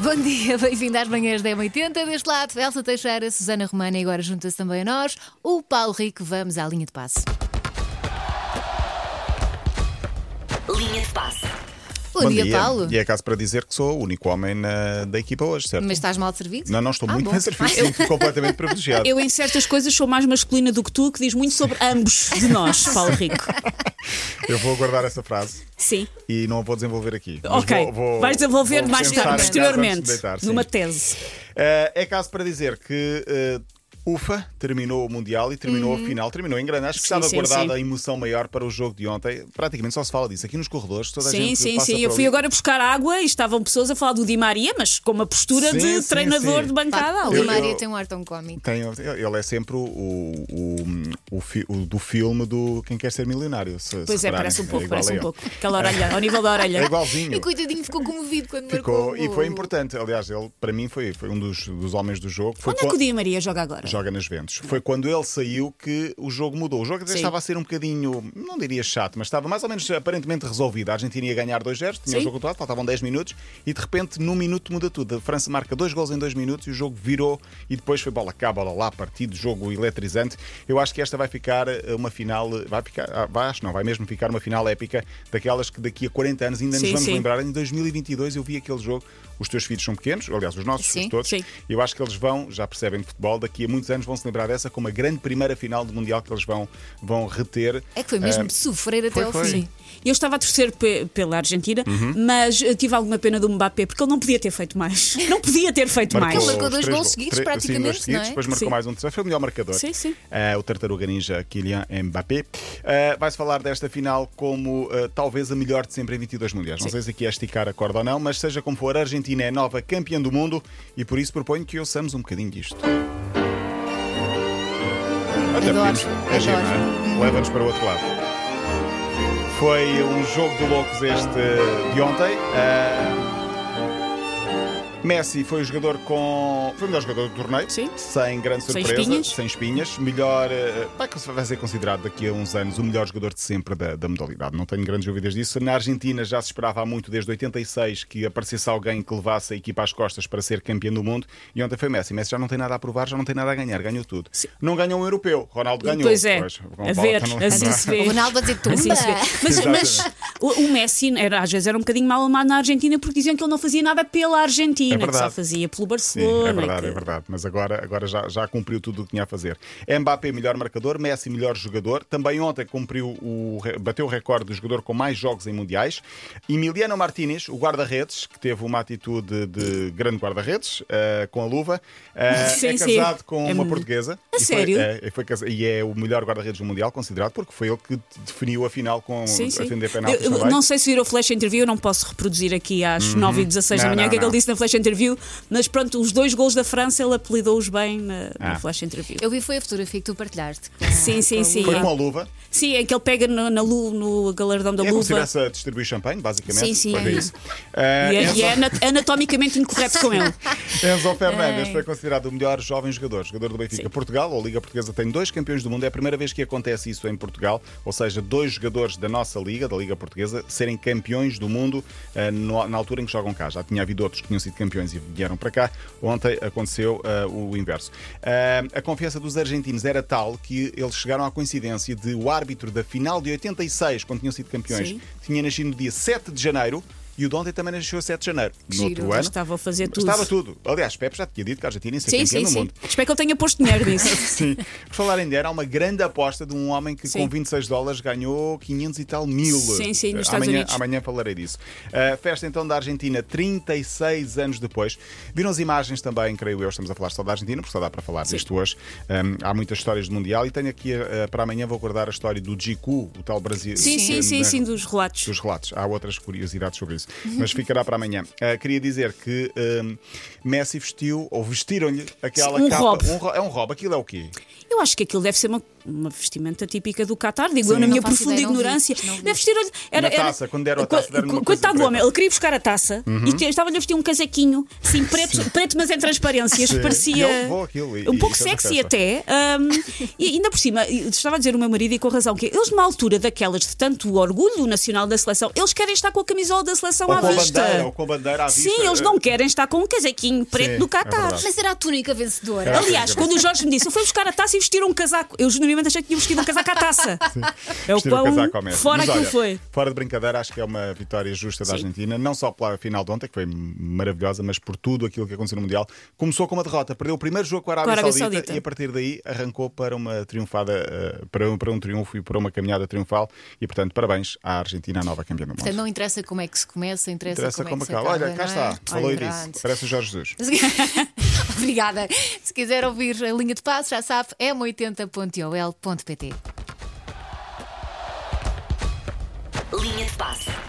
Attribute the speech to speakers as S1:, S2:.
S1: Bom dia, bem-vindo às manhãs da M80. Deste lado, Elsa Teixeira, Susana Romana e agora junta-se também a nós o Paulo Rico. Vamos à linha de passe.
S2: Linha de passe.
S1: Bom, dia, Paulo.
S3: E é caso para dizer que sou o único homem na- da equipa hoje, certo?
S1: Mas estás mal servido?
S3: Não, não estou
S1: Ah,
S3: muito
S1: bom.
S3: bem servido, sinto-me completamente privilegiado.
S4: Eu, em certas coisas, sou mais masculina do que tu, que diz muito sobre ambos de nós, Paulo Rico.
S3: Eu vou guardar essa frase
S4: Sim.
S3: e não a vou desenvolver aqui. Mas
S4: Ok.
S3: vou- vou-
S4: Vais desenvolver
S3: vou
S4: mais
S3: pensar em
S4: tarde,
S3: casa antes de
S4: posteriormente,
S3: deitar, sim.
S4: numa tese.
S3: Eh, é caso para dizer que. eh, Ufa, terminou o Mundial e terminou a final, terminou em grande. Acho que
S4: Hum. Sim,
S3: estava
S4: sim,
S3: guardada
S4: sim.
S3: a emoção maior para o jogo de ontem. Praticamente só se fala disso. Aqui nos corredores, toda a
S4: Sim,
S3: gente
S4: sim,
S3: passa
S4: sim.
S3: por
S4: Eu fui
S3: ali.
S4: agora buscar água e estavam pessoas a falar do Di Maria, mas com uma postura
S3: Sim,
S4: de
S3: sim,
S4: treinador
S3: sim. Ah,
S4: de
S1: Pá, o
S4: bancada.
S3: Eu-
S1: Di
S3: eu-
S1: Maria tem um ar tão cómico.
S3: Tem- ele é sempre o, o- o fi- o do filme do Quem Quer Ser Milionário. se- se
S4: Pois é,
S3: repararem.
S4: parece um pouco,
S3: igual
S4: parece
S3: a
S4: um
S3: ele.
S4: pouco. Aquela orelha, ao nível da orelha.
S3: É igualzinho.
S1: E coitadinho ficou comovido quando marcou.
S3: Ficou,
S1: o
S3: e
S1: golo.
S3: foi importante. Aliás, ele, para mim, foi, foi um dos, dos homens do jogo. Foi
S4: Onde é que o
S3: quan-
S4: Di Maria joga agora?
S3: Joga nas Ventos. Foi quando ele saiu que o jogo mudou. O jogo até
S4: Sim.
S3: estava a ser um bocadinho, não diria chato, mas estava mais ou menos aparentemente resolvido. A Argentina ia ganhar 2-0, tinha o
S4: Sim.
S3: jogo controlado, faltavam 10 minutos e de repente, num minuto, muda tudo. A França marca dois gols em dois minutos e o jogo virou. E depois foi bola cá, bola lá, partido, jogo eletrizante. Eu acho que esta vai ficar eh, uma final, eh, vai ficar, ah, vai, acho não, vai mesmo ficar uma final épica daquelas que daqui a 40 anos ainda
S4: Sim,
S3: nos vamos
S4: sim.
S3: lembrar. Em 2022 eu vi aquele jogo. Os teus filhos são pequenos, aliás, os nossos,
S1: Sim,
S3: os todos.
S4: sim.
S3: Eu acho que eles vão, já percebem de futebol, daqui a muitos anos vão se lembrar dessa como a grande primeira final do Mundial que eles vão, vão reter.
S1: É que foi mesmo de sofrer até
S3: Ah, foi,
S1: ao
S3: foi.
S1: fim.
S4: Sim. Eu estava a torcer pe- pela Argentina,
S3: Uhum.
S4: mas eh, tive alguma pena do Mbappé, porque ele não podia ter feito mais. Não podia ter feito mais.
S1: Ele marcou
S3: os
S1: dois
S3: três
S1: golos
S3: go-
S1: seguidos,
S3: três- Sim, dois
S1: praticamente,
S3: seguidos,
S1: não é?
S3: depois marcou
S4: Sim.
S3: mais um terceiro. Foi o melhor marcador.
S4: Sim, sim.
S3: Eh, o tartaruga ninja Kylian Mbappé. Eh, Vai-se falar desta final como eh, talvez a melhor de sempre em 22 mundiais. Não sei se aqui é esticar a corda ou não, mas seja como for, a Argentina é nova campeã do mundo e por isso proponho que ouçamos um bocadinho disto. Até
S1: Adoro,
S3: pedimos. É giro,
S1: adoro.
S3: não é? Leva-nos para o outro lado. Foi um jogo de loucos este de ontem. Eh, Ah, Messi foi o jogador com. Foi o melhor jogador do torneio.
S4: Sim.
S3: Sem grande
S4: Sem
S3: surpresa.
S4: espinhas.
S3: sem espinhas. Melhor. ah, Vai que vai ser considerado daqui a uns anos o melhor jogador de sempre da, da modalidade. Não tenho grandes dúvidas disso. Na Argentina já se esperava há muito, desde 86, que aparecesse alguém que levasse a equipa às costas para ser campeão do mundo. E ontem foi Messi. Messi já não tem nada a provar, já não tem nada a ganhar. Ganhou tudo. Não ganhou um europeu. Ronaldo ganhou.
S4: Pois é,
S3: com
S4: a
S3: bola
S4: ver,
S3: que não
S4: assim
S3: lembra.
S4: se vê.
S1: O Ronaldo a dizer tumba.
S4: Assim se vê. Mas, mas
S3: Exatamente.
S4: o, o Messi era, às vezes era um bocadinho mal amado na Argentina porque diziam que ele não fazia nada pela Argentina,
S3: É
S4: que
S3: verdade.
S4: só fazia pelo
S3: Sim,
S4: Barcelona.
S3: é verdade,
S4: que-
S3: é verdade. Mas agora, agora já, já cumpriu tudo o que tinha a fazer. Mbappé, melhor marcador, Messi, melhor jogador. Também ontem cumpriu o, re- bateu o recorde do jogador com mais jogos em mundiais. Emiliano Martínez, o guarda-redes, que teve uma atitude de grande guarda-redes, eh, com a luva. Eh, é
S4: Sim, sim.
S3: casado com
S4: É
S3: uma
S4: mu-
S3: portuguesa.
S4: A
S3: E foi-
S4: sério?
S3: é, e, foi casa- e é o melhor guarda-redes do mundial, considerado, porque foi ele que definiu a final com
S4: Sim, sim.
S3: defender penaltis
S4: Eu- eu
S3: também. Uhum.
S4: não sei se virou flash interview, eu não posso reproduzir aqui às 9h16 da
S3: Não,
S4: manhã
S3: não,
S4: o que é que
S3: não.
S4: ele disse na flash interview, mas pronto, os dois gols da França ele apelidou-os bem na, na
S3: Ah.
S4: flash interview.
S1: Eu vi foi a fotografia que tu partilhaste. com-
S4: Sim, sim,
S1: com a
S4: sim.
S1: Lua.
S3: Foi com a luva.
S4: Sim, é que ele pega no, na lu- no galardão da
S3: É como se
S4: luva
S3: estivesse a distribuir champanhe, basicamente.
S4: Sim, sim,
S3: Pois
S4: é.
S3: isso. Eh,
S4: e é,
S3: Enzo-
S4: e é ana- anatomicamente incorreto com ele.
S3: Enzo Fernandes foi considerado o melhor jovem jogador, jogador do Benfica. Portugal, ou Liga Portuguesa, tem dois campeões do mundo. É a primeira vez que acontece isso em Portugal, ou seja, dois jogadores da nossa Liga, da Liga Portuguesa, serem campeões do mundo ah, no- na altura em que jogam cá. Já tinha havido outros que tinham sido campeões e vieram para cá. Ontem aconteceu ah, o inverso. Ah, a confiança dos argentinos era tal que eles chegaram à coincidência de o árbitro da final de 86, quando tinham sido campeões,
S4: Sim.
S3: tinha nascido no dia 7 de janeiro. E o de ontem também nasceu a 7 de janeiro. no
S1: giro.
S3: outro ano.
S4: Estava a fazer tudo.
S3: Estava tudo. Aliás, Pepe já tinha dito que a Argentina ia ser
S4: Sim,
S3: campeã
S4: sim,
S3: do
S4: sim.
S3: mundo.
S4: Espero que ele tenha posto dinheiro nisso.
S3: Sim. Por falar em dinheiro, há uma grande aposta de um homem que
S4: Sim.
S3: com 26 dólares ganhou 500 e tal mil.
S4: Sim, sim, nos Estados
S3: amanhã,
S4: Unidos.
S3: Amanhã falarei disso. A festa então da Argentina, 36 anos depois. Viram as imagens também, creio eu, estamos a falar só da Argentina, porque só dá para falar disto hoje. Hum, há muitas histórias do Mundial e tenho aqui eh, para amanhã vou guardar a história do Giku, o tal Brasil.
S4: Sim, sim,
S3: eh,
S4: sim,
S3: na-
S4: sim, dos relatos.
S3: dos relatos. Há outras curiosidades sobre isso. Mas ficará para amanhã. Ah, queria dizer que ah, Messi vestiu, ou vestiram-lhe aquela
S4: Um
S3: capa.
S4: robe.
S3: Um ro- é um robe. Aquilo é o quê?
S4: Eu acho que aquilo deve ser uma, uma vestimenta típica do Qatar, digo
S3: Sim.
S4: eu, na
S3: Não
S4: minha
S1: faço
S4: profunda
S1: ideia, não vi,
S4: ignorância.
S1: não vi.
S4: Deve vestir olha, era,
S3: Na
S4: era-
S3: taça, quando deram a taça,
S4: Qu-
S3: deram uma
S4: qu-
S3: coisa Uhum.
S4: Quando estava o homem,
S3: preta.
S4: ele queria buscar a taça e te- estava-lhe a vestir um casaquinho, assim, preto, preto mas em transparências,
S3: Sim.
S4: parecia.
S3: E ele levou aquilo e-
S4: um
S3: e
S4: pouco
S3: fez a
S4: sexy
S3: festa.
S4: até. hum, e ainda por cima, e estava a dizer o meu marido e com razão, que eles, numa altura daquelas de tanto orgulho nacional da seleção, eles querem estar com a camisola da seleção são
S3: Ou
S4: à
S3: com a
S4: vista.
S3: bandeira, ou com a bandeira à vista. é.
S4: Sim, eles não querem estar com um casaquinho preto
S3: Sim,
S4: do
S3: é
S4: Qatar.
S3: verdade.
S1: Mas será a túnica vencedora?
S3: Cara.
S4: Aliás, quando o Jorge me disse, eu fui buscar a taça e vestiram um casaco. Eu genuinamente achei que tinha vestido um casaco à taça. É o
S3: Vestir o
S4: quão
S3: um casaco ao mesmo.
S4: fora
S3: Mas,
S4: aquilo
S3: olha,
S4: foi.
S3: Fora de brincadeira, acho que é uma vitória justa da Argentina, não só pela final de ontem, que foi maravilhosa, mas por tudo aquilo que aconteceu no Mundial. Começou com uma derrota, perdeu o primeiro jogo com a Arábia,
S4: Com a Arábia
S3: Saudita,
S4: Saudita.
S3: e a partir daí arrancou para uma triunfada, eh, para um, para um triunfo e para uma caminhada triunfal. E portanto, parabéns à Argentina, a nova campeã do mundo.
S1: Portanto, não interessa como é que se começa, interessa,
S3: Interessa
S1: como,
S3: como
S1: é que se
S3: acaba.
S1: acaba.
S3: Olha, cá
S1: não é?
S3: está, falou e
S1: Olha,
S3: disse.
S1: pronto.
S3: Parece o Jorge Jesus.
S1: Obrigada. Se quiser ouvir a linha de passo, já sabe, m80.ol.pt.
S2: Linha de passe.